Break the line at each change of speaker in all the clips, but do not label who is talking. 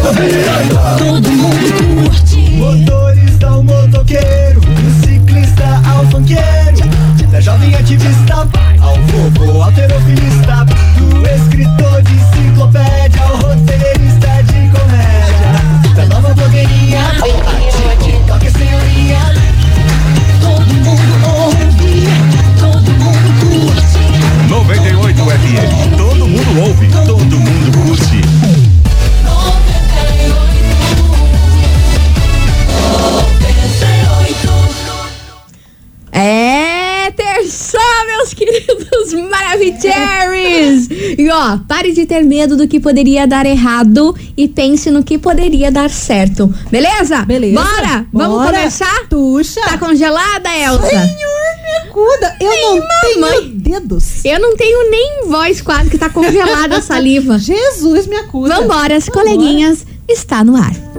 um
É, E ó, pare de ter medo do que poderia dar errado e pense no que poderia dar certo. Beleza?
Beleza.
Bora? Vamos
Bora.
começar?
Tuxa.
Tá congelada, Elsa?
Senhor, me cuida. Eu não tenho dedos.
Eu não tenho nem voz quase que tá congelada a saliva.
Jesus, me acuda.
Vambora, as
Vambora.
coleguinhas está no ar.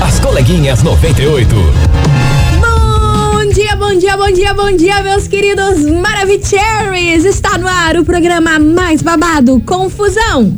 As coleguinhas 98.
Bom dia, bom dia, bom dia, bom dia, meus queridos Maravicheries! Está no ar o programa mais babado, Confusão.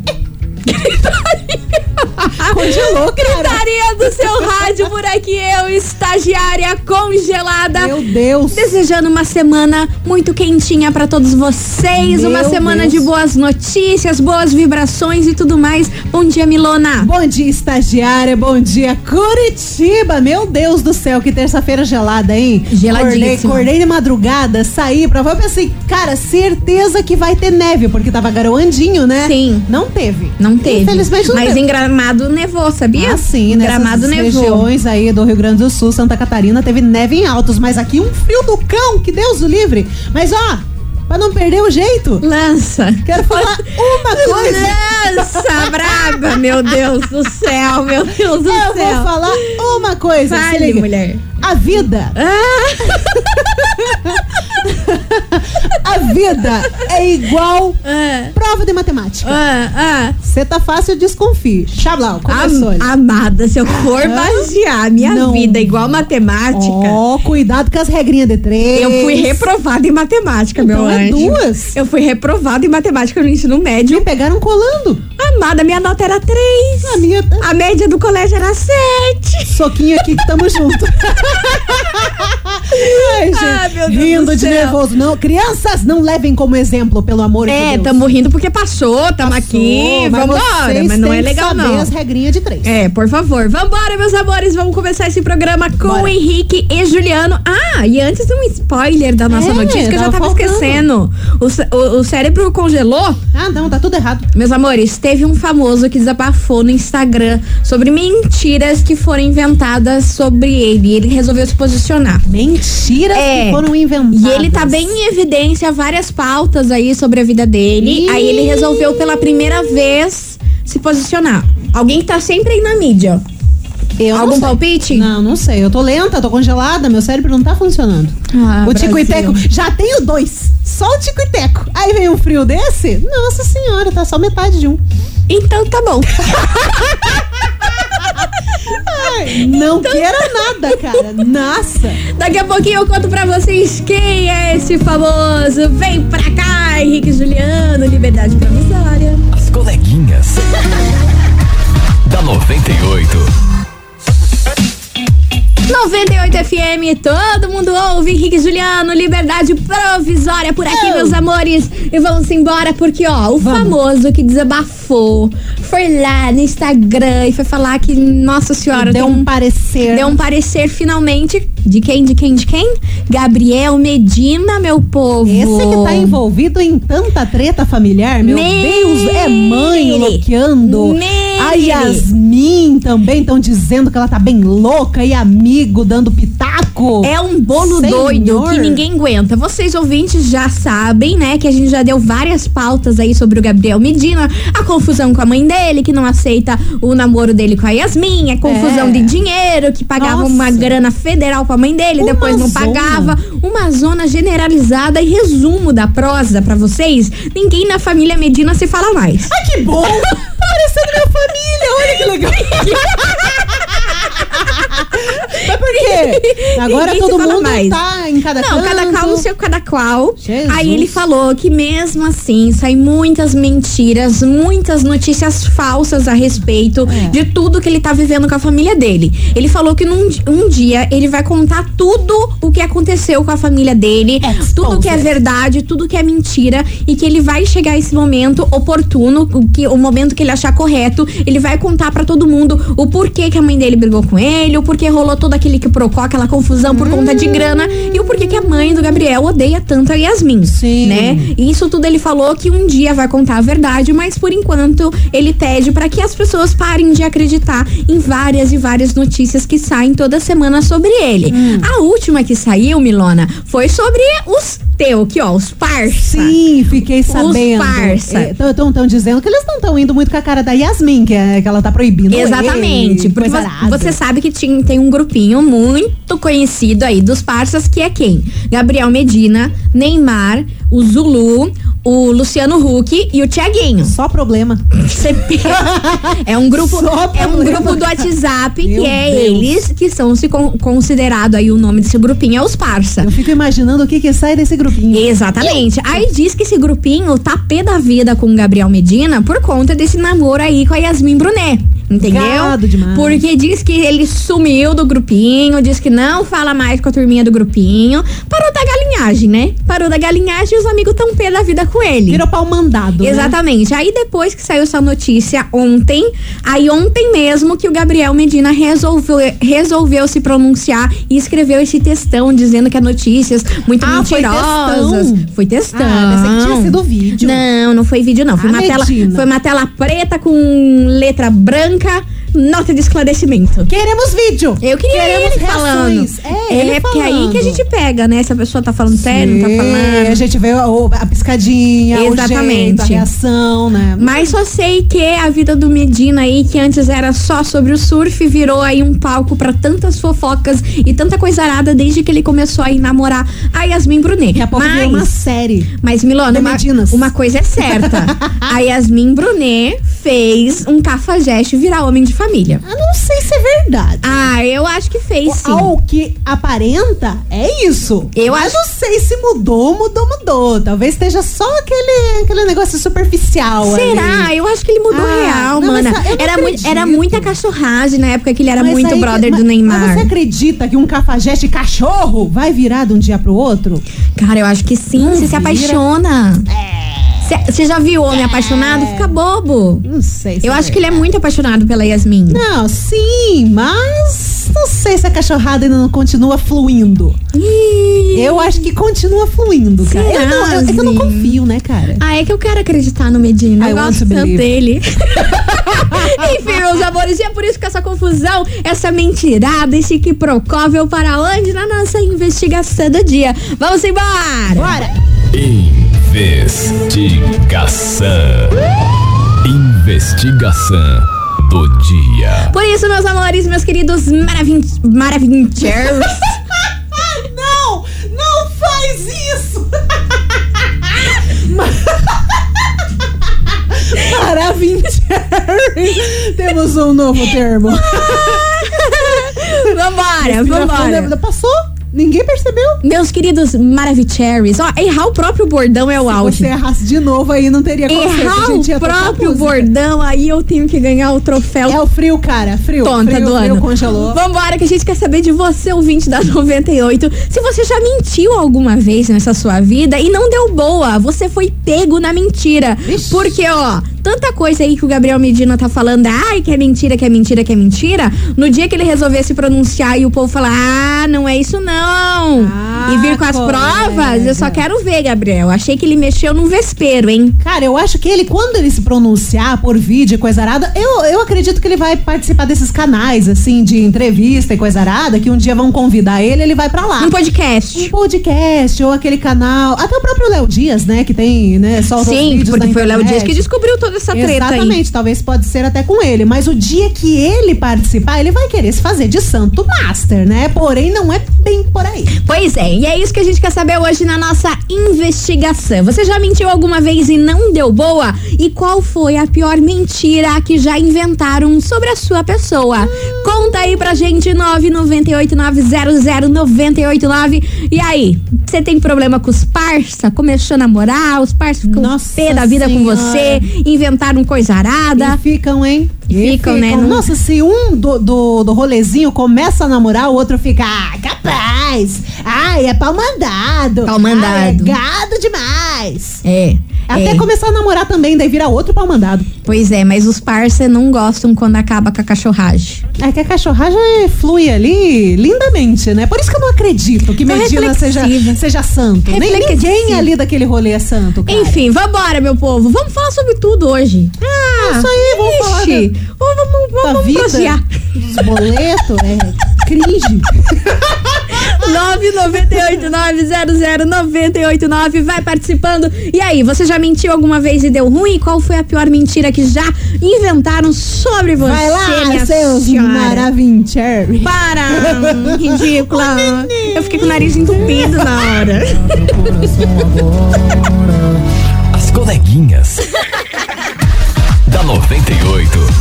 Congelou, cara.
Gritaria do seu rádio por aqui, eu, estagiária congelada.
Meu Deus.
Desejando uma semana muito quentinha pra todos vocês,
Meu
uma semana
Deus.
de boas notícias, boas vibrações e tudo mais. Bom dia, Milona.
Bom dia, estagiária. Bom dia, Curitiba. Meu Deus do céu, que terça-feira gelada, hein?
Geladíssima.
Acordei, acordei de madrugada, saí pra fora. Eu pensei, cara, certeza que vai ter neve, porque tava garoandinho, né?
Sim.
Não teve.
Não teve.
Infelizmente não
Mas
teve.
em Gramado nevou, sabia?
Ah, sim,
em
nessas
Gramado nevou.
regiões aí do Rio Grande do Sul, Santa Catarina, teve neve em altos, mas aqui um frio do cão, que Deus o livre. Mas ó, pra não perder o jeito,
Lança.
quero falar uma coisa.
Lança braba, meu Deus do céu, meu Deus do céu.
Eu vou falar uma coisa. se
Fale,
liga.
mulher.
A vida. A vida é igual
Ah,
prova de matemática.
ah, ah.
Você tá fácil, desconfie. Xablau, começou.
Am- amada, se eu for basear minha
Não.
vida é igual matemática,
Ó, cuidado com as regrinhas de três.
eu fui reprovada em matemática,
Então
meu
é
anjo.
duas.
Eu fui reprovada em matemática no ensino médio.
Me pegaram colando.
Amada, minha nota era 3.
A minha. tá-
A média do colégio era 7.
Soquinho aqui que tamo junto. Ai, gente.
Ah, meu Deus
rindo
do
de
céu.
nervoso. Não, crianças não levem como exemplo, pelo amor de Deus.
É, tamo rindo porque passou, tamo aqui,
Mas
vambora.
vocês
Mas não
têm
é
que
legal,
saber
não.
as regrinhas de três.
É, por favor. Vambora, meus amores. Vamos começar esse programa com
Bora.
Henrique e Juliano. Ah, e antes um spoiler da nossa
É,
notícia que eu já
tava
tava
faltando.
esquecendo. O, cé- o- o cérebro congelou.
Ah, não, tá tudo errado.
Meus amores, teve um famoso que desabafou no Instagram sobre mentiras que foram inventadas sobre ele. E ele resolveu se posicionar.
Mentiras que foram inventadas.
É. E ele tá bem em evidência várias pautas aí sobre a vida dele.
Ih.
Aí ele resolveu pela primeira vez se posicionar. Alguém que tá sempre aí na mídia.
Eu não
Algum
sei.
palpite?
Não, não sei. Eu tô lenta, tô congelada, meu cérebro não tá funcionando.
Ah,
o Tico e
Brasil.
Teco, já tenho dois. Só o Tico e Teco. Aí vem um frio desse? Nossa senhora, tá só metade de um.
Então tá bom.
Ai, não
Então-
queira nada, cara. Nossa.
Daqui a pouquinho eu conto pra vocês quem é esse famoso. Vem pra cá, Henrique e Juliano, Liberdade Provisória.
As coleguinhas. da 98.
98 FM, todo mundo ouve. Henrique e Juliano, Liberdade Provisória por aqui, meus amores. E vamos embora porque, ó, o famoso que desabafou foi lá no Instagram e foi falar que, nossa senhora,
Deu
tem
um parecer.
Deu um parecer finalmente de quem, de quem, de quem? Gabriel Medina, meu povo.
Esse que tá envolvido em tanta treta familiar, meu
Nele.
Deus, é mãe bloqueando.
Nele.
A Yasmin também estão dizendo que ela tá bem louca e amigo dando pitaco.
É um bolo
Senhor.
doido que ninguém aguenta. Vocês ouvintes já sabem, né, que a gente já deu várias pautas aí sobre o Gabriel Medina, a confusão com a mãe dele, que não aceita o namoro dele com a Yasmin, a confusão
É.
de dinheiro, que pagava
Nossa.
uma grana federal pra mãe dele,
Uma
depois não
zona.
pagava. Uma zona generalizada e resumo da prosa pra vocês. Ninguém na família Medina se fala mais.
Ai, que
um
bom! Parecendo minha família, olha que legal. Mas por quê?
Ninguém
Agora
se
todo
fala
mundo
mais.
tá em em cada
Não, cada qual no
canto.
seu cada qual.
Jesus.
Aí ele falou que mesmo assim saem muitas mentiras, muitas notícias falsas a respeito
É.
de tudo que ele tá vivendo com a família dele. Ele falou que num di- um dia ele vai contar tudo o que aconteceu com a família dele, tudo que é verdade, tudo que é mentira e que ele vai chegar esse momento oportuno, o que o momento que ele achar correto, ele vai contar pra todo mundo o porquê que a mãe dele brigou com ele, o porquê rolou todo aquele que procó, aquela confusão por conta de grana e o porquê que a mãe do Gabriel odeia tanto a Yasmin,
Sim.
né? E isso tudo ele falou que um dia vai contar a verdade, mas por enquanto ele pede pra que as pessoas parem de acreditar em várias e várias notícias que saem toda semana sobre ele. A última que saiu, Milona, foi sobre os teu, que ó, os parça.
Sim, fiquei sabendo. É,
parça.
Estão dizendo que eles não estão indo muito com a cara da Yasmin, que, é- que ela tá proibindo.
Exatamente,
ele,
porque
coisa
vo-
arada.
você sabe que tin- tem um grupinho muito conhecido aí dos parças, que é quem? Gabriel Medina, Neymar, o Zulu, o Luciano Huck e o Tiaguinho.
Só problema.
Você pensa- é um grupo
Só
é um
problema.
grupo do WhatsApp
Meu
que é
Deus.
eles que são se con- considerado aí o nome desse grupinho é os parça.
Eu fico imaginando o que que sai desse grupinho.
Exatamente. Aí diz que esse grupinho tá pé da vida com o Gabriel Medina por conta desse namoro aí com a Yasmin Brunet. Entendeu?
Gado demais.
Porque diz que ele sumiu do grupinho, diz que não fala mais com a turminha do grupinho. Parou da galinhagem, né? Parou da galinhagem e os amigos tão pé da vida com ele.
Virou pau mandado. né?
Exatamente. Aí depois que saiu essa notícia ontem, aí ontem mesmo que o Gabriel Medina resolveu, resolveu se pronunciar e escreveu esse textão dizendo que é notícias muito
Ah, foi
mentirosas.
textão?
Foi textão.
Ah, pensei que tinha sido vídeo.
Não, não foi vídeo não. Foi,
Ah,
uma tela,
Medina.
foi uma tela preta com letra branca, nota de esclarecimento.
Queremos vídeo.
Eu queria
Queremos
ele falando.
reações. É, ele
é porque aí
falando.
que a gente pega, né? Se a pessoa tá falando sério, não tá falando.
É, A gente vê o- a piscadinha, o jeito,
Exatamente.
a reação, né?
Mas só sei que a vida do Medina aí, que antes era só sobre o surf, virou aí um palco pra tantas fofocas e tanta coisa arada desde que ele começou a namorar a Yasmin Brunet.
Daqui a pouco vem uma
Mas,
série.
mas Milona,
de
uma,
Medinas.
uma coisa é certa. a Yasmin Brunet fez um cafajeste virar homem de família.
Eu não sei se é verdade.
Ah, eu acho que fez sim.
Ao que aparenta, é isso.
Eu
Mas
acho-
não sei se mudou, mudou, mudou. Talvez esteja só aquele, aquele negócio superficial.
Será?
ali.
Eu acho que ele mudou
Ah,
real,
não, mas
mana.
eu não
Era, mui- era
acredito.
muita cachorragem na época que ele era
Mas
muito
aí-
brother
mas-
do Neymar.
Mas você acredita que um cafajeste cachorro vai virar de um dia pro outro?
Cara, eu acho que sim. Você se
vira. É.
apaixona. Você já viu homem apaixonado? Fica bobo.
Não sei. se
Eu
é
acho que ele é muito apaixonado pela Yasmin.
Não, sim, mas não sei se a cachorrada ainda não continua fluindo.
Ih.
Eu acho que continua fluindo, cara.
Será,
Eu não, eu- é que eu não
Zi?
confio, né, cara?
Ah, é que eu quero acreditar no Medina.
I
Eu
want
gosto
to
tanto
believe.
dele. Enfim, meus amores, e é por isso que essa confusão, essa mentirada, esse que procóvel para onde na nossa investigação do dia. Vamos embora!
Bora!
Investigação. Investigação do dia.
Por isso, meus amores, meus queridos maravin... maravinchers.
não! Não faz isso! Maravilhoso! Temos um novo termo.
vambora, Ah, vambora.
Maravilha. Passou? Ninguém percebeu?
Meus queridos Maravicheries, ó, errar o próprio bordão é o
Você
auge.
errasse de novo aí, não teria
Errar
conserto. gente
o
ia tocar
próprio
música.
bordão, aí eu tenho que ganhar o troféu
É o frio, cara. Frio.
tonta
frio,
do
frio,
ano.
congelou.
Vambora, que a gente quer saber de você, ouvinte da 98. Se você já mentiu alguma vez nessa sua vida e não deu boa, você foi pego na mentira.
Ixi.
Porque, ó, tanta coisa aí que o Gabriel Medina tá falando, ai, que é mentira, que é mentira, que é mentira. No dia que ele resolver se pronunciar e o povo falar, ah, não é isso não.
Ah,
e vir com as
colega.
provas, eu só quero ver, Gabriel. Achei que ele mexeu num vespeiro, hein?
Cara, eu acho que ele, quando ele se pronunciar por vídeo e coisa arada, eu, eu acredito que ele vai participar desses canais, assim, de entrevista e coisa arada, que um dia vão convidar ele, ele vai pra lá.
Num podcast.
Um podcast ou aquele canal, até o próprio Léo Dias, né, que tem, né, só
Sim,
vídeos
porque
na
foi o Léo
internet.
Dias que descobriu toda essa treta aí.
Exatamente, talvez pode ser até com ele, mas o dia que ele participar, ele vai querer se fazer de santo master, né? Porém, não é bem por aí.
Pois é, e é isso que a gente quer saber hoje na nossa investigação. Você já mentiu alguma vez e não deu boa? E qual foi a pior mentira que já inventaram sobre a sua pessoa? Conta aí pra gente, 998900989. E aí, você tem problema com os parça? Começou a namorar, os parça ficam
Nossa
pé da vida com
Senhora.
você, inventaram coisa arada.
E ficam, hein?
E ficam, né? Não-
Nossa, se um do, do, do rolezinho começa a namorar, o outro fica, ah, capaz. Ai, é pau mandado.
Pau mandado.
Ai, é gado demais.
É.
Até
é.
começar a namorar também, daí vira outro pau mandado.
Pois é, mas os parça não gostam quando acaba com a cachorragem.
É que a cachorragem flui ali lindamente, né? Por isso que eu não acredito que
Tô
Medina seja,
Tá reflexiva.
seja santo. Nem
Reflexiva. Então,
ninguém ali daquele rolê é santo, cara.
Enfim, vambora, meu povo. Vamos falar sobre tudo hoje.
Ah, isso aí, vamos falar da-
Ixi, vamos, vamos,
da
vamos
vida,
prossear.
dos boletos, é cringe.
998900989 vai participando. E aí, você já mentiu alguma vez e deu ruim? Qual foi a pior mentira que já inventaram sobre você,
Vai
minha
lá, seus
senhora?
maravincherry.
Para, ridícula. Eu fiquei com o nariz entupido na hora.
As coleguinhas. da 98.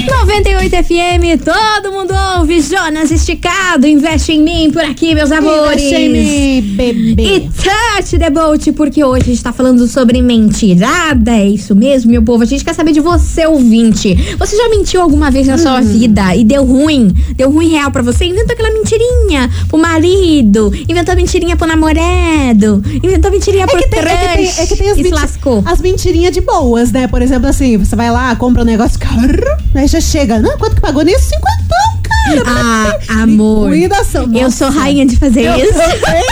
98 FM, todo mundo ouve. Jonas Esticado, investe em mim por aqui, meus amores. E
bebê.
touch the boat, porque hoje a gente tá falando sobre mentirada, é isso mesmo, meu povo? A gente quer saber de você, ouvinte. Você já mentiu alguma vez na
Hum.
sua vida e deu ruim? Deu ruim real pra você? Inventou aquela mentirinha pro marido, inventou mentirinha pro namorado, inventou mentirinha pro
É que, tem, é, que tem,
crush
é que tem as,
e se
menti-
lascou.
as mentirinhas de boas, né? Por exemplo, assim, você vai lá, compra um negócio caro, aí já chega. Não, quanto que pagou nisso? Cinquentão, cara.
Ah, amor.
Cuidação.
Eu sou rainha de fazer
Eu
isso.
também.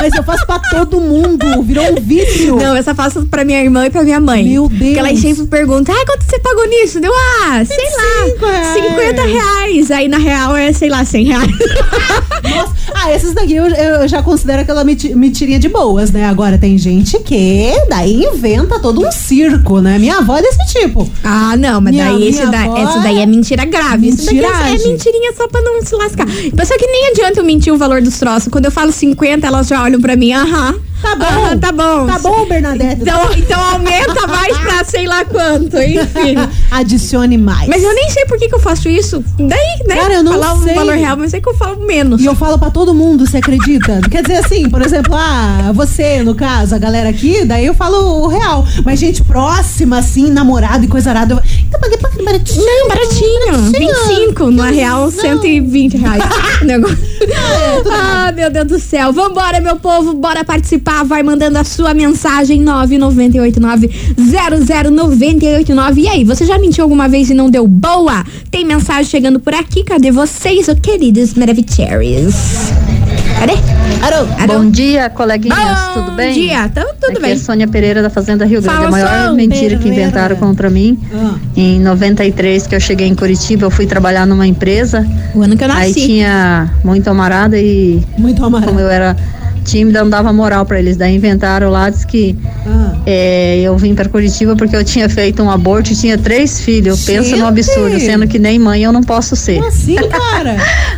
Mas eu faço pra todo mundo. Virou um vício.
Não, eu só faço pra minha irmã e pra minha mãe.
Meu
Porque elas
Deus.
sempre perguntam, ah, quanto você pagou nisso? Deu, ah, sei lá,
reais.
50 reais. Aí na real é, sei lá, 100 reais.
Nossa, ah, esses daqui eu, eu já considero aquela menti- mentirinha de boas, né? Agora tem gente que daí inventa todo um circo, né? Minha avó é desse tipo.
Ah, não, mas
Minha-
daí
minha
esse da,
avó
essa daí é
é
mentira grave. Isso daqui é- é
mentiragem.
mentirinha só pra não se lascar. Pessoal que nem adianta eu mentir o valor dos troços. Quando eu falo 50, elas já olham pra mim, aham.
Tá bom.
aham, tá bom.
Tá bom, Bernadette?
Então, então aumenta mais pra sei lá quanto, enfim.
Adicione mais.
Mas eu nem sei por que, que eu faço isso. Daí, né?
Cara, eu não
falar
sei.
o valor real, mas é que eu falo menos.
E eu falo pra todo mundo, você acredita? Quer dizer assim, por exemplo, ah, você, no caso, a galera aqui, daí eu falo o real. Mas gente próxima, assim, namorado e coisa arada, eu... Então, paguei pra- baratinho.
Não, baratinho. 25, na real, 120 reais. O negócio. ah, meu Deus do céu. Vambora, meu povo, bora participar. Vai mandando a sua mensagem 998900989. E aí, você já mentiu alguma vez e não deu boa? Tem mensagem chegando por aqui. Cadê vocês, ô queridos maravilhosos? Cadê?
Arô,
Arô.
Bom dia, coleguinhas, tudo bem?
Bom dia, tá, tudo
Aqui
bem.
é Sônia Pereira da Fazenda Rio Grande.
Fala,
a maior
Sônia
mentira que
Pereira.
inventaram contra mim.
Ah.
Em 93, que eu cheguei em Curitiba, eu fui trabalhar numa empresa.
O ano que eu
Aí
nasci.
tinha muito amarada e
Muito
como
amarelo.
eu era tímida, não dava moral pra eles. Daí inventaram lá, diz que
Ah.
é, eu vim pra Curitiba porque eu tinha feito um aborto e tinha três filhos. Pensa
Gente!
no absurdo, sendo que nem mãe eu não posso ser.
Como assim, cara?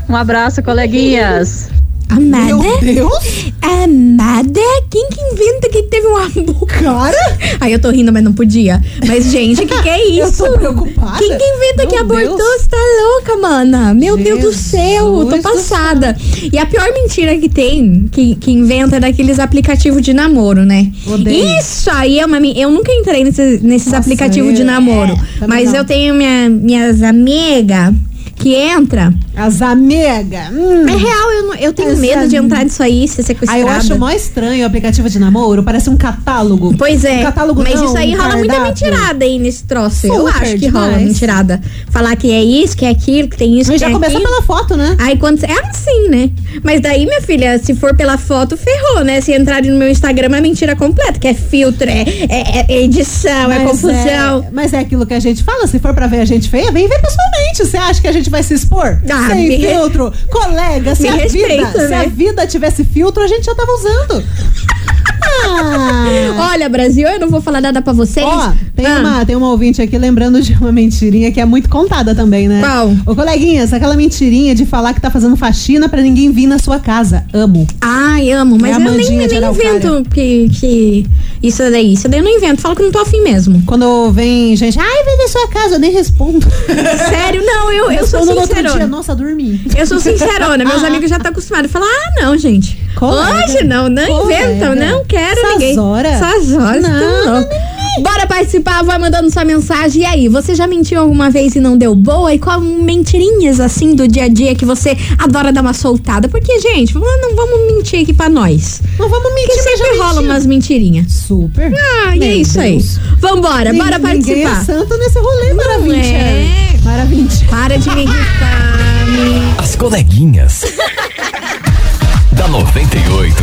Um abraço, coleguinhas.
Meu
Amada?
Deus!
Amada? Quem que inventa que teve um amor?
Cara!
Aí eu tô rindo, mas não podia. Mas, gente, o que, que é
Eu
isso?
tô preocupada.
Quem que inventa
Meu
que abortou?
Deus.
Você tá louca, mana. Meu Deus do
Jesus
céu, tô
do
passada. E a pior mentira que tem, que, que inventa, é daqueles aplicativos de namoro, né?
Odeio.
Isso aí é uma. men- Eu nunca entrei nesses, nesses
Nossa,
aplicativos de
é,
namoro.
também
mas
não.
eu tenho minha, minhas amigas que entra.
As amigas. Hum.
É real, eu, não- eu tenho
Essa-
medo de entrar nisso aí, ser
Aí
sequestrada.
eu acho mó estranho o aplicativo de namoro, parece um catálogo.
Pois é.
Um catálogo
mas
não,
isso aí
um
rola muita
cardápio.
mentirada aí nesse troço. eu
Super
acho que rola
demais.
mentirada. Falar que é isso, que é aquilo, que tem isso,
Mas
que
já
é
começa
aquilo.
pela foto, né?
Aí quando. É assim, né? Mas daí, minha filha, se for pela foto, ferrou, né? Se entrarem no meu Instagram, é mentira completa, que é filtro, é, é- é edição, é
Mas
confusão.
é- mas é aquilo que a gente fala, se for pra ver a gente feia, vem ver pessoalmente. Você acha que a gente vai se expor?
Ah,
Sem
me re-
filtro. Colega, se,
Me
a,
respeita,
vida, se
né?
a vida tivesse filtro, a gente já tava usando.
Olha, Brasil, eu não vou falar nada pra vocês.
Ah. Ó, tem,
Ah,
uma, tem uma ouvinte aqui lembrando de uma mentirinha que é muito contada também, né?
Qual?
Ô, coleguinhas, aquela mentirinha de falar que tá fazendo faxina pra ninguém vir na sua casa. Amo.
Ai, amo, mas
É a
eu nem,
Mandinha de
nem
Araucária.
invento que, que isso daí. Isso daí eu não invento. Falo que não tô afim mesmo.
Quando vem gente, ai, vem na sua casa, eu nem respondo.
Sério, não, eu, eu sou
Respondo no outro dia,
sincerona.
nossa, dormi.
Eu sou sincerona, meus amigos já estão acostumados. Falar, ah, não, gente.
Ah. Colega.
Hoje não, não
Colega.
inventam, não quero
Essas
ninguém.
horas.
Essas horas,
Não,
tô louco. Bora participar, vai mandando sua mensagem. E aí, você já mentiu alguma vez e não deu boa? E qual mentirinhas assim do dia a dia que você adora dar uma soltada? Porque, gente, vamos- não vamos mentir aqui pra nós.
Não vamos mentir,
Porque
mas já
sempre rola
mentiu.
umas mentirinhas.
Super.
Ah, e é
Meu
isso aí.
Deus.
Vambora,
Nin-
bora
Ninguém é
participar.
santo nesse rolê, maravilha.
é.
Maravilha.
Para de me irritar, me
As coleguinhas. da 98.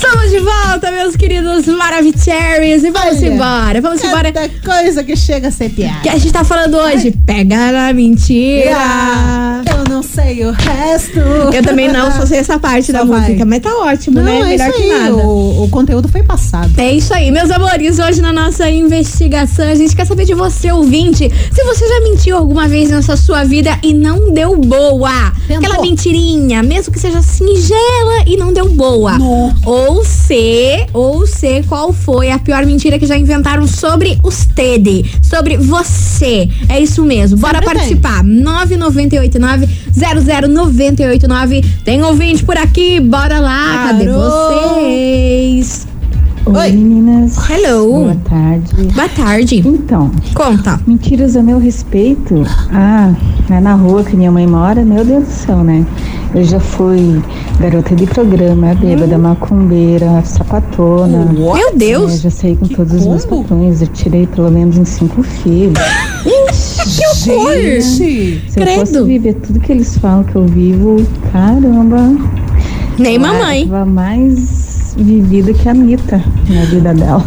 Estamos de volta, meus queridos Maravicheries. E vamos
Olha,
embora, vamos embora.
Cada coisa que chega a ser piada.
Que a gente tá falando hoje? Pega na mentira.
Ah, Eu não sei o resto.
é. Eu também não só sei essa parte da
Só vai.
música, mas tá ótimo,
Não,
né?
é
Melhor
isso
que
aí,
nada.
O, o conteúdo foi passado.
É isso aí, meus amores. Hoje na nossa investigação, a gente quer saber de você, ouvinte, se você já mentiu alguma vez nessa sua vida e não deu boa.
Tentou.
Aquela mentirinha, mesmo que seja singela e não deu boa.
Nossa.
Ou se, ou se, qual foi a pior mentira que já inventaram sobre os TD, sobre você. É isso mesmo. Bora
Sempre tem.
participar. 998900989. Tem ouvinte por aqui, bora lá. Cadê
Parou.
vocês?
Oi.
meninas.
Hello.
Boa tarde.
Boa tarde.
Então,
Conta.
mentiras a meu respeito. Ah, lá na rua que minha mãe mora, meu Deus do céu, né? Eu já fui garota de
Hum,
programa, bêbada, macumbeira, sapatona.
Meu
Eu
Deus.
já saí com todos os meus
combo.
patrões. Eu tirei pelo menos uns cinco filhos.
Que horror.
Gente.
Se eu fosse
Credo.
viver tudo que eles falam que eu vivo, caramba.
Nem
eu
mamãe.
tava mais vivida que a Anitta na vida dela.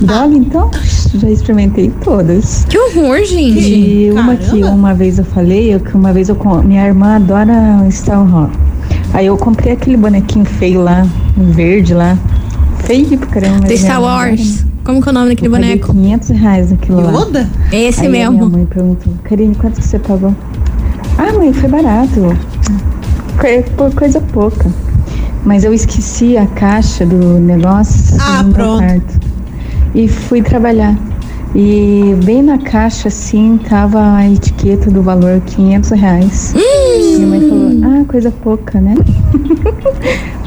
Dole, então, já experimentei todas.
Que horror, gente.
E uma que
Caramba.
uma vez eu falei, eu que uma vez eu com- minha irmã adora Star Wars. Aí eu comprei aquele bonequinho feio lá, um verde lá. Feio pra caramba.
Do
mas minha
é
Star
mãe adora.
Wars. Como que é o nome daquele
Eu paguei
boneco?
500 reais aquilo lá.
Yoda?
Esse
Aí a Minha
mesmo.
mãe perguntou, Karine, quanto que você pagou? Ah, mãe, foi barato. Co- Por coisa pouca. Mas eu esqueci a caixa do negócio.
Ah,
no meu
pronto.
quarto. né? E fui trabalhar. E bem na caixa, assim, tava a etiqueta do valor 500 reais. Minha mãe falou, ah, coisa pouca, né?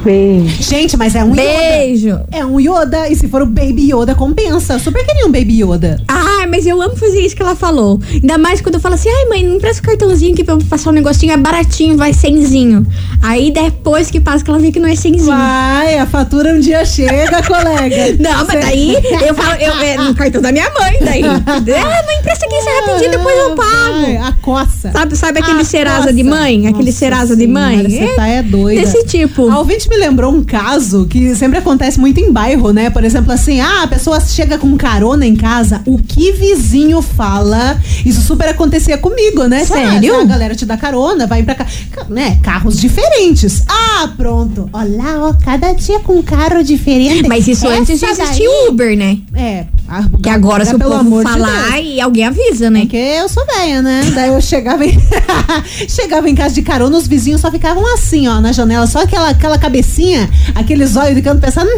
Beijo.
Gente, mas é um Yoda.
Beijo.
É um Yoda. E se for o Baby Yoda, compensa. Eu Super queria um Baby Yoda.
Ai, Ah, mas eu amo fazer isso que ela falou. Ainda mais quando eu falo assim, ai mãe, não presta o cartãozinho aqui pra eu passar um negocinho, é baratinho, vai senzinho. Aí depois que passa que ela vê que não é senzinho.
Vai, a fatura um dia chega, colega.
Não, mas daí eu falo, eu, é no cartão da minha mãe, daí. Ah, mãe, empresta aqui, você rapidinho, depois eu pago.
Vai, a coça.
Sabe, sabe aquele
Ah,
Serasa
nossa.
de mãe? Aquele
Nossa
Serasa de mãe?
senhora, Você tá é doida.
Desse tipo.
A ouvinte me lembrou um caso que sempre acontece muito em bairro, né? Por exemplo, assim, ah, a pessoa chega com carona em casa, o que vizinho fala? Isso super acontecia comigo, né?
Sério?
Ah, a galera te dá carona, vai pra cá. Ca- Né? Carros diferentes. Ah, pronto. Olha lá, ó, cada dia com um carro diferente.
Mas isso antes de
Essa
existir
daí-
Uber, né?
É. a-
Que agora, se o
pelo
povo
amor de
falar, e alguém avisa, né?
porque eu sou velha, né? Daí eu chegava em... chegava em casa de carona, os vizinhos só ficavam assim, ó, na janela. Só aquela, aquela cabecinha, aqueles olhos de canto pensando,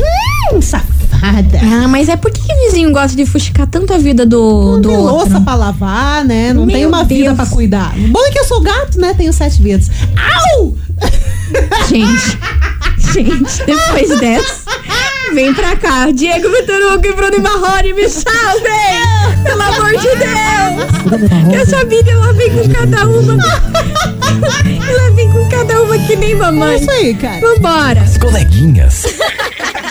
hum, safada.
Ah, mas é por que, que o vizinho gosta de fuxicar tanto a vida do,
Não
do
tem
outro?
louça pra lavar, né? Não
Meu
tem uma vida
Deus.
pra cuidar. O bom é que eu sou gato, né? Tenho sete vidas. Au!
Gente, gente, depois dessa, vem pra cá. Diego Vitoruco e Bruno Marrone, me salvem! Pelo amor de Deus! Eu sabia que ela vem com cada uma. Ela vem com cada uma que nem
É
mamãe.
isso aí, cara.
Vambora!
As coleguinhas.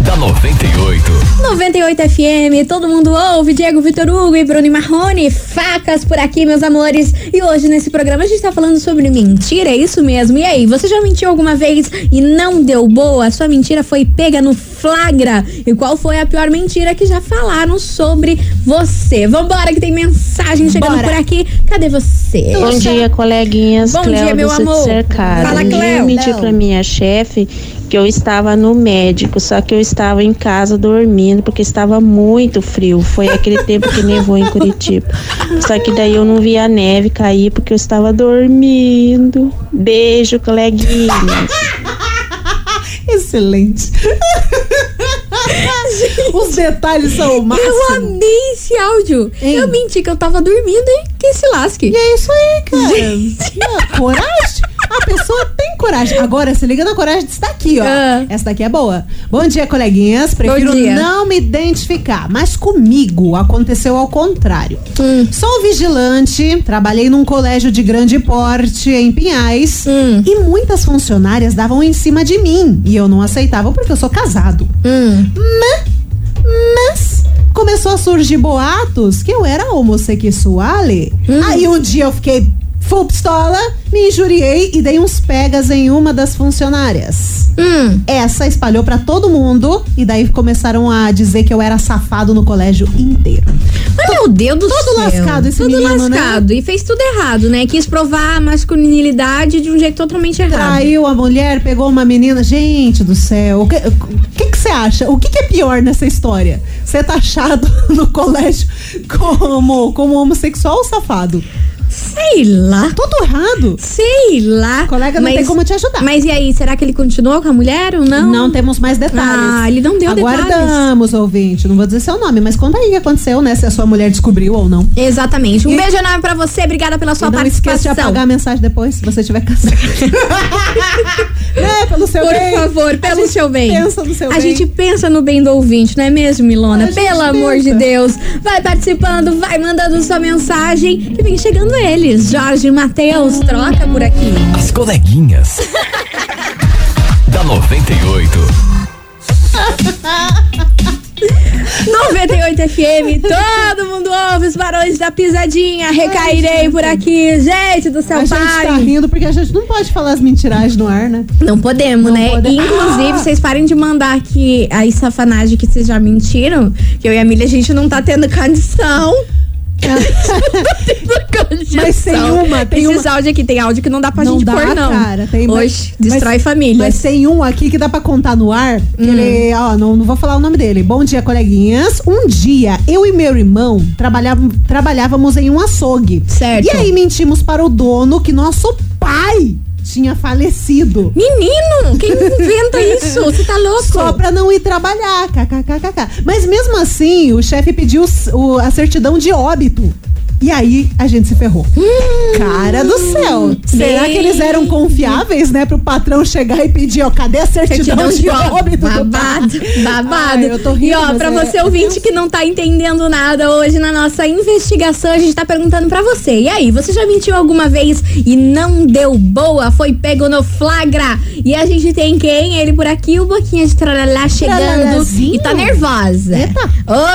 da 98.
98 FM, todo mundo ouve, Diego Vitor Hugo e Bruno Marrone, facas por aqui, meus amores. E hoje nesse programa a gente tá falando sobre mentira, é isso mesmo. E aí, você já mentiu alguma vez e não deu boa? Sua mentira foi pega no flagra? E qual foi a pior mentira que já falaram sobre você? Vambora que tem mensagem chegando
Bora.
por aqui. Cadê vocês? você.
Bom dia, coleguinhas.
Bom
Cleo
dia,
do
meu
Sítio
amor.
Cercado.
Fala,
Um dia
Cleo.
Eu menti
Não.
pra minha chefe que eu estava no médico, só que eu estava em casa dormindo porque estava muito frio. Foi aquele tempo que nevou em Curitiba. Só que daí eu não vi a neve cair porque eu estava dormindo. Beijo, coleguinhas.
Excelente. Os detalhes são o
Eu
máximo.
amei esse áudio.
Hein?
Eu menti que eu tava dormindo e que se lasque.
E é isso aí, cara. Não, coragem? A pessoa tem coragem. Agora, se liga na coragem disso daqui, ó.
Ah.
Essa daqui é boa. Bom dia, coleguinhas. Prefiro
dia.
não me identificar. Mas comigo aconteceu ao contrário.
Hum.
Sou vigilante, trabalhei num colégio de grande porte em Pinhais
Hum.
e muitas funcionárias davam em cima de mim. E eu não aceitava porque eu sou casado.
Hum.
Mas começou a surgir boatos que eu era homossexual. Aí um dia eu fiquei full pistola, me injuriei e dei uns pegas em uma das funcionárias.
Hum.
Essa espalhou pra todo mundo e daí começaram a dizer que eu era safado no colégio inteiro.
Mas meu Deus do
todo
céu.
lascado esse
Todo
menino, né?
lascado. E fez tudo errado, né? Quis provar a masculinidade de um jeito totalmente errado.
Traiu a mulher, pegou uma menina. Gente do céu, o que o que que você acha? O que, que é pior nessa história? Ser taxado no colégio como, como homossexual ou safado?
Sei lá.
Tudo errado.
Sei lá.
Colega, não tem como te ajudar.
Mas e aí, será que ele continuou com a mulher ou não?
Não temos mais detalhes.
Ah, ele não deu
Aguardamos,
detalhes.
ouvinte. Não vou dizer seu nome, mas conta aí o que aconteceu, né? Se a sua mulher descobriu ou não.
Exatamente. Um
E-
beijo enorme pra você. Obrigada pela sua
e não esqueça de
participação.
apagar a mensagem depois, se você tiver casado. né? Pelo seu
Por
bem.
favor,
A
pelo
gente
seu bem.
Pensa no seu
a
bem.
gente pensa no bem do ouvinte, não é mesmo,
A
Milona?
gente
Pelo amor
tenta.
de Deus. Vai participando, vai mandando sua mensagem que vem chegando eles. Jorge e Matheus, troca por aqui.
As coleguinhas. da 98.
98 FM, todo mundo ouve os barões da pisadinha. Recairei por aqui. Gente do céu,
A gente
parem.
tá rindo porque a gente não pode falar as mentiragens no ar, né?
Não podemos, né?
pode-
E, inclusive,
Ah!
vocês parem de mandar aqui as safanagem que vocês já mentiram. Que eu e a Milha, a gente não tá tendo condição.
Mas
Mas
tem uma, tem
Esses áudios aqui, tem áudio que não dá pra gente pôr, não.
Cara, tem, mas-
Hoje, destrói
mas-
família. Hum.
Mas tem um aqui que dá pra contar no ar. que Ele, ó, não, não vou falar o nome dele. Bom dia, coleguinhas. Um dia, eu e meu irmão trabalhavam, trabalhávamos em um açougue.
Certo.
E aí mentimos para o dono que nosso pai tinha falecido.
Menino, quem inventa isso? Você tá louco?
Só pra não ir trabalhar, kkkk. Mas mesmo assim, o chefe pediu s- o- a certidão de óbito. E aí, a gente se ferrou.
Hum.
Cara do céu! Será que eles eram confiáveis, né? Pro patrão chegar e pedir, ó, cadê a certidão,
Certidão
de,
de ó,
óbito? do
babado,
pai?
babado.
Ai, eu tô rindo,
e ó,
mas
pra
é-
você
é
ouvinte que não tá entendendo nada hoje na nossa investigação, a gente tá perguntando pra você. E aí, você já mentiu alguma vez e não deu boa? Foi pego no flagra? E a gente tem quem? Ele por aqui, o Boquinha de Tralalá chegando.
Tralalazinho?
E tá nervosa.
Eita.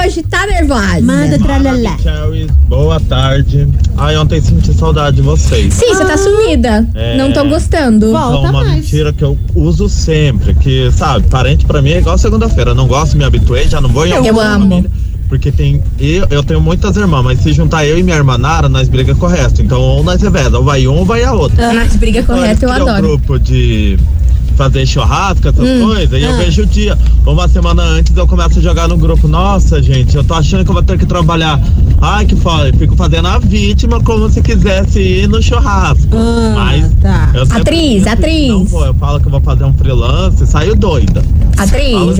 Hoje tá nervosa.
Manda tralalá.
Cherries, boa tarde. Ai, ontem senti saudade de vocês.
Sim, você tá sumida.
É.
Não tô gostando.
Volta
Então, uma
mais.
mentira que eu uso sempre, que, sabe, parente pra mim é igual segunda-feira. Não gosto, me habituei, já não vou em
Eu
alguma
amo.
família. Porque tem. Eu, eu tenho muitas irmãs, mas se juntar eu e minha irmã Nara, nós briga com o resto. Então, ou nós reveza, ou vai um ou vai a outra.
Ah, Nas briga correta, eu
Olha, que é um
adoro.
grupo de fazer churrasco, essas coisas, e eu vejo o dia. Uma semana antes eu começo a jogar no grupo. Nossa, gente, eu tô achando que eu vou ter que trabalhar. Ai, que foda. Eu fico fazendo a vítima como se quisesse ir no churrasco.
Ah,
Mas.
tá.
eu sempre
Atriz,
disse,
atriz.
Não vou, eu falo que eu vou fazer um freelance, saio doida. Falo
Atriz,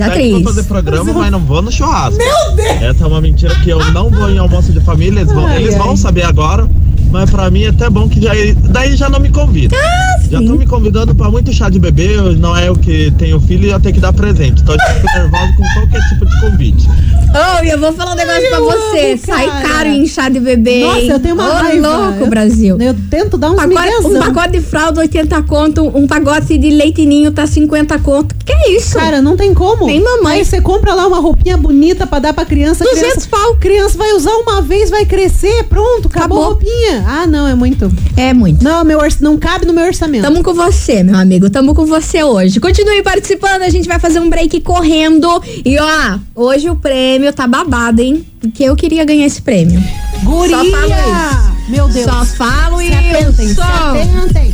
até que Vou
atriz.
fazer programa, mas não vou no churrasco. Meu Deus! Essa é uma mentira que eu não vou em almoço de família. Eles vão,
Ai,
eles
ai.
vão saber agora. Mas pra mim é até bom que já, daí já não me convida. já tô me convidando pra muito chá de bebê. eu- Não é eu que tenho filho e eu tenho que dar presente. Tô tipo, nervosa com qualquer tipo de convite.
Ô, e eu vou falar um negócio
Ai,
pra
eu
você.
amo,
Sai
cara.
caro em chá de bebê.
Nossa,
hein?
eu tenho uma
Ô,
raiva.
louco,
Eu-
Brasil.
Eu tento dar uns
Agora, um
miguezão.
pacote de fralda, 80 conto. Um pacote de leitinho tá 50 conto. Que é isso?
Cara, não tem como.
Nem mamãe.
Aí você compra lá uma roupinha bonita pra dar pra criança.
200
criança,
pau.
Criança vai usar uma vez, vai crescer, pronto, acabou, a
Acabou.
roupinha. Ah, não, é muito.
é muito.
Não, meu orça, não cabe no meu orçamento.
Tamo com você, meu amigo. Tamo com você hoje. Continue participando, a gente vai fazer um break correndo. E ó, hoje o prêmio tá babado, hein? Porque eu queria ganhar esse prêmio.
Guria!
Só falo isso.
Meu Deus.
Só falo
se
isso.
atentem, se atentem.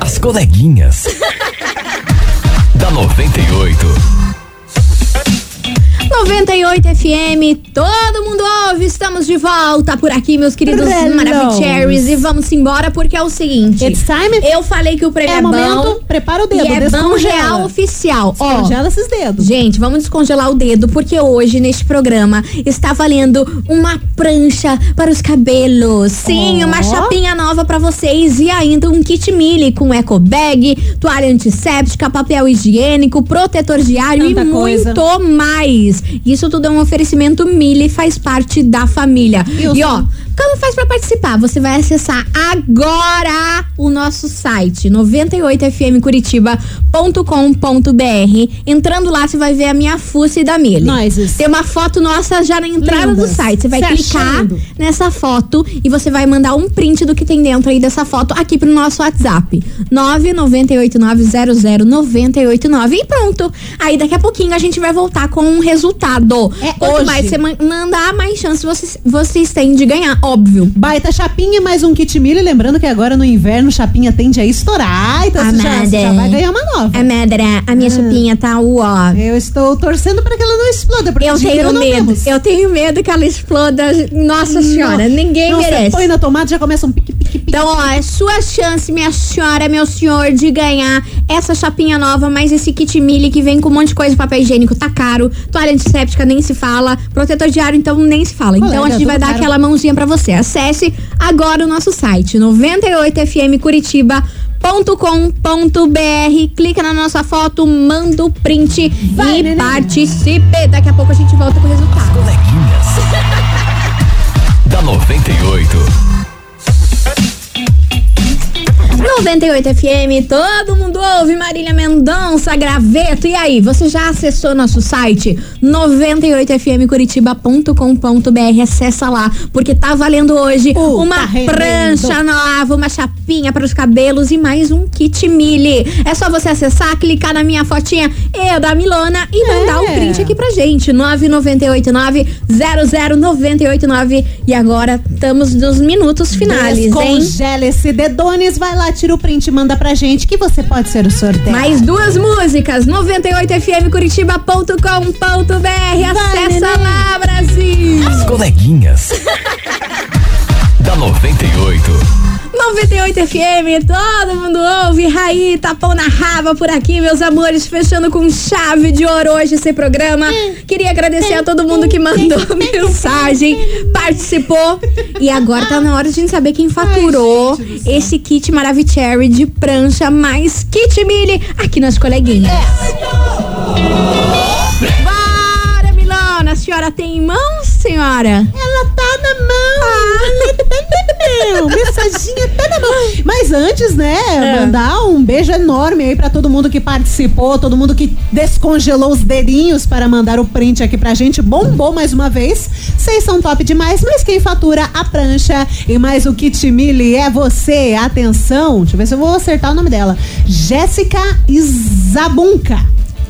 As coleguinhas. da 98.
98 FM, todo mundo ouve, estamos de volta por aqui, meus queridos
Belos.
Maravicheries. E vamos embora porque é o seguinte.
It's time.
Eu falei que o prêmio
É
é,
o
bom.
momento. Prepara o dedo.
e é bom
descongela.
real oficial. Ó,
Descongela esses dedos.
Gente, vamos descongelar o dedo, porque hoje, neste programa, está valendo uma prancha para os cabelos. Sim,
Ó.
uma chapinha nova para vocês e ainda um kit mili com eco bag, toalha antisséptica, papel higiênico, protetor diário e
Tanta coisa.
muito mais. Isso tudo é um oferecimento mili, faz parte da família.
E o
E ó,
som?
como faz para participar? Você vai acessar agora o nosso site 98fmcuritiba.com.br. Entrando lá, você vai ver a minha fuça e da Mili.
Nozes.
Tem uma foto nossa já na entrada
Lindas.
do site. Você vai
Se
clicar
achando.
nessa foto e você vai mandar um print do que tem dentro aí dessa foto aqui pro nosso WhatsApp. 998900989 e pronto. Aí daqui a pouquinho a gente vai voltar com um resultado.
É
Quanto
hoje.
mais você man- mandar, mais chances vocês, vocês têm de ganhar, óbvio.
Baita chapinha, mais um kit milho. Lembrando que agora no inverno chapinha tende a estourar. Então você já,
Amada.
você já vai ganhar uma nova.
A madra, É, a
Ah.
minha chapinha tá uó.
Eu estou torcendo para que ela não exploda, porque
Eu
dinheiro
tenho
não
medo.
temos.
Eu tenho medo que ela exploda. Nossa senhora, ninguém
Não, você
merece.
põe na tomada já começa um pique, pique, pique.
Então, ó, é sua chance, minha senhora, meu senhor, de ganhar essa chapinha nova, mais esse kit mili que vem com um monte de coisa, papel higiênico tá caro, toalha antisséptica nem se fala, protetor diário então nem se fala. então
Colega,
a gente vai
tudo
dar
caro.
aquela mãozinha pra você. Acesse agora o nosso site 98fmcuritiba.com.br, clica na nossa foto, manda o print
Vai,
e
neném.
participe. Daqui a pouco a gente volta com o resultado.
Coleguinhas. da 98.
98 FM, todo mundo ouve Marília Mendonça, graveto. E aí, você já acessou nosso site 98fmcuritiba.com.br? Acessa lá, porque tá valendo hoje
Uh,
uma
tá rendendo.
prancha nova, uma chapinha para os cabelos e mais um kit mili. É só você acessar, clicar na minha fotinha eu da Milona e mandar o
É.
print aqui pra gente. 998900989. E agora estamos nos minutos finais, hein?
Descongela esse dedones, vai lá, tira o print, manda pra gente que você pode ser o sorteio.
Mais duas músicas, 98fmcuritiba.com.br. Acessa lá, Brasil!
As coleguinhas. da 98.
98fm, todo mundo ouve. Raí, tapão na raba por aqui, meus amores. Fechando com chave de ouro hoje esse programa. Queria agradecer a todo mundo que mandou mensagem, participou. E agora tá na hora de a gente saber quem faturou
gente do
esse kit Maravicherry de prancha mais kit mini aqui nas coleguinhas. Bora, Milona! A senhora tem mãos, senhora?
Ela tá na mão. Meu, mensaginha tá na mão. Mas antes, né, mandar um beijo enorme aí pra todo mundo que participou, todo mundo que descongelou os dedinhos para mandar o print aqui pra gente. Bombou mais uma vez. Vocês são top demais, mas quem fatura a prancha e mais o kit mili é você. Atenção, deixa eu ver se eu vou acertar o nome dela. Jéssica Zabunca.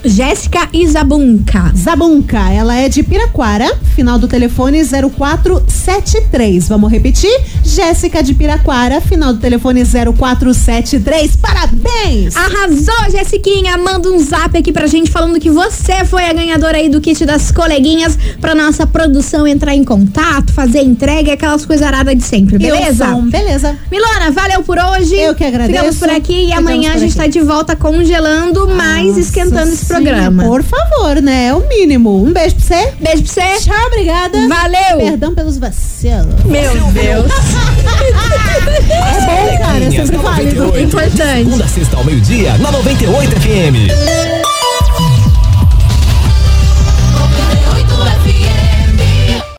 Jéssica Isabunca.
Zabunca, ela é de Piraquara, final do telefone 0473. Vamos repetir? Jéssica de Piraquara, final do telefone 0473. Parabéns!
Ah, Arrasou, Jessiquinha! Manda um zap aqui pra gente falando que você foi a ganhadora aí do kit das coleguinhas pra nossa produção entrar em contato, fazer entrega e aquelas coisas aradas de sempre, beleza?
Eu sou um- beleza.
Milona, valeu por hoje.
Eu que agradeço.
Ficamos por aqui e
Ficamos
amanhã a
por
gente
aqui.
tá de volta congelando, mas esquentando esse
Sim,
programa.
Por favor, né? É o mínimo. Um beijo pra você.
Beijo pra você.
Tchau, obrigada.
Valeu.
Perdão pelos vacilos.
Meu Deus.
É bom, cara. É sempre válido.
Importante.
Segunda, a sexta ao meio-dia, na 98 FM.